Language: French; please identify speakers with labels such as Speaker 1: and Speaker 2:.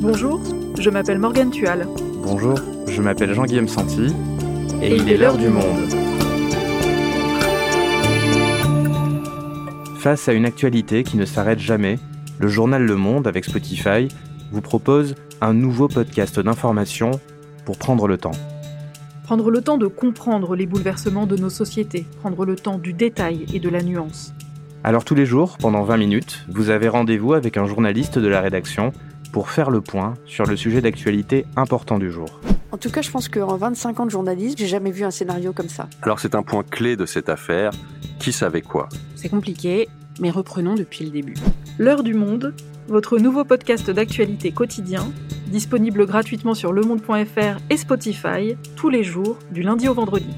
Speaker 1: Bonjour, je m'appelle Morgane Tual.
Speaker 2: Bonjour, je m'appelle Jean-Guillaume Santi. Et, il est l'heure du monde. Face à une actualité qui ne s'arrête jamais, le journal Le Monde, avec Spotify, vous propose un nouveau podcast d'information pour prendre le temps.
Speaker 1: Prendre le temps de comprendre les bouleversements de nos sociétés, prendre le temps du détail et de la nuance.
Speaker 2: Alors tous les jours, pendant 20 minutes, vous avez rendez-vous avec un journaliste de la rédaction pour faire le point sur le sujet d'actualité important du jour.
Speaker 3: En tout cas, je pense qu'en 25 ans de journaliste, j'ai jamais vu un scénario comme ça.
Speaker 4: Alors c'est un point clé de cette affaire. Qui savait quoi
Speaker 5: C'est compliqué, mais reprenons depuis le début.
Speaker 1: L'heure du monde, votre nouveau podcast d'actualité quotidien, disponible gratuitement sur lemonde.fr et Spotify tous les jours du lundi au vendredi.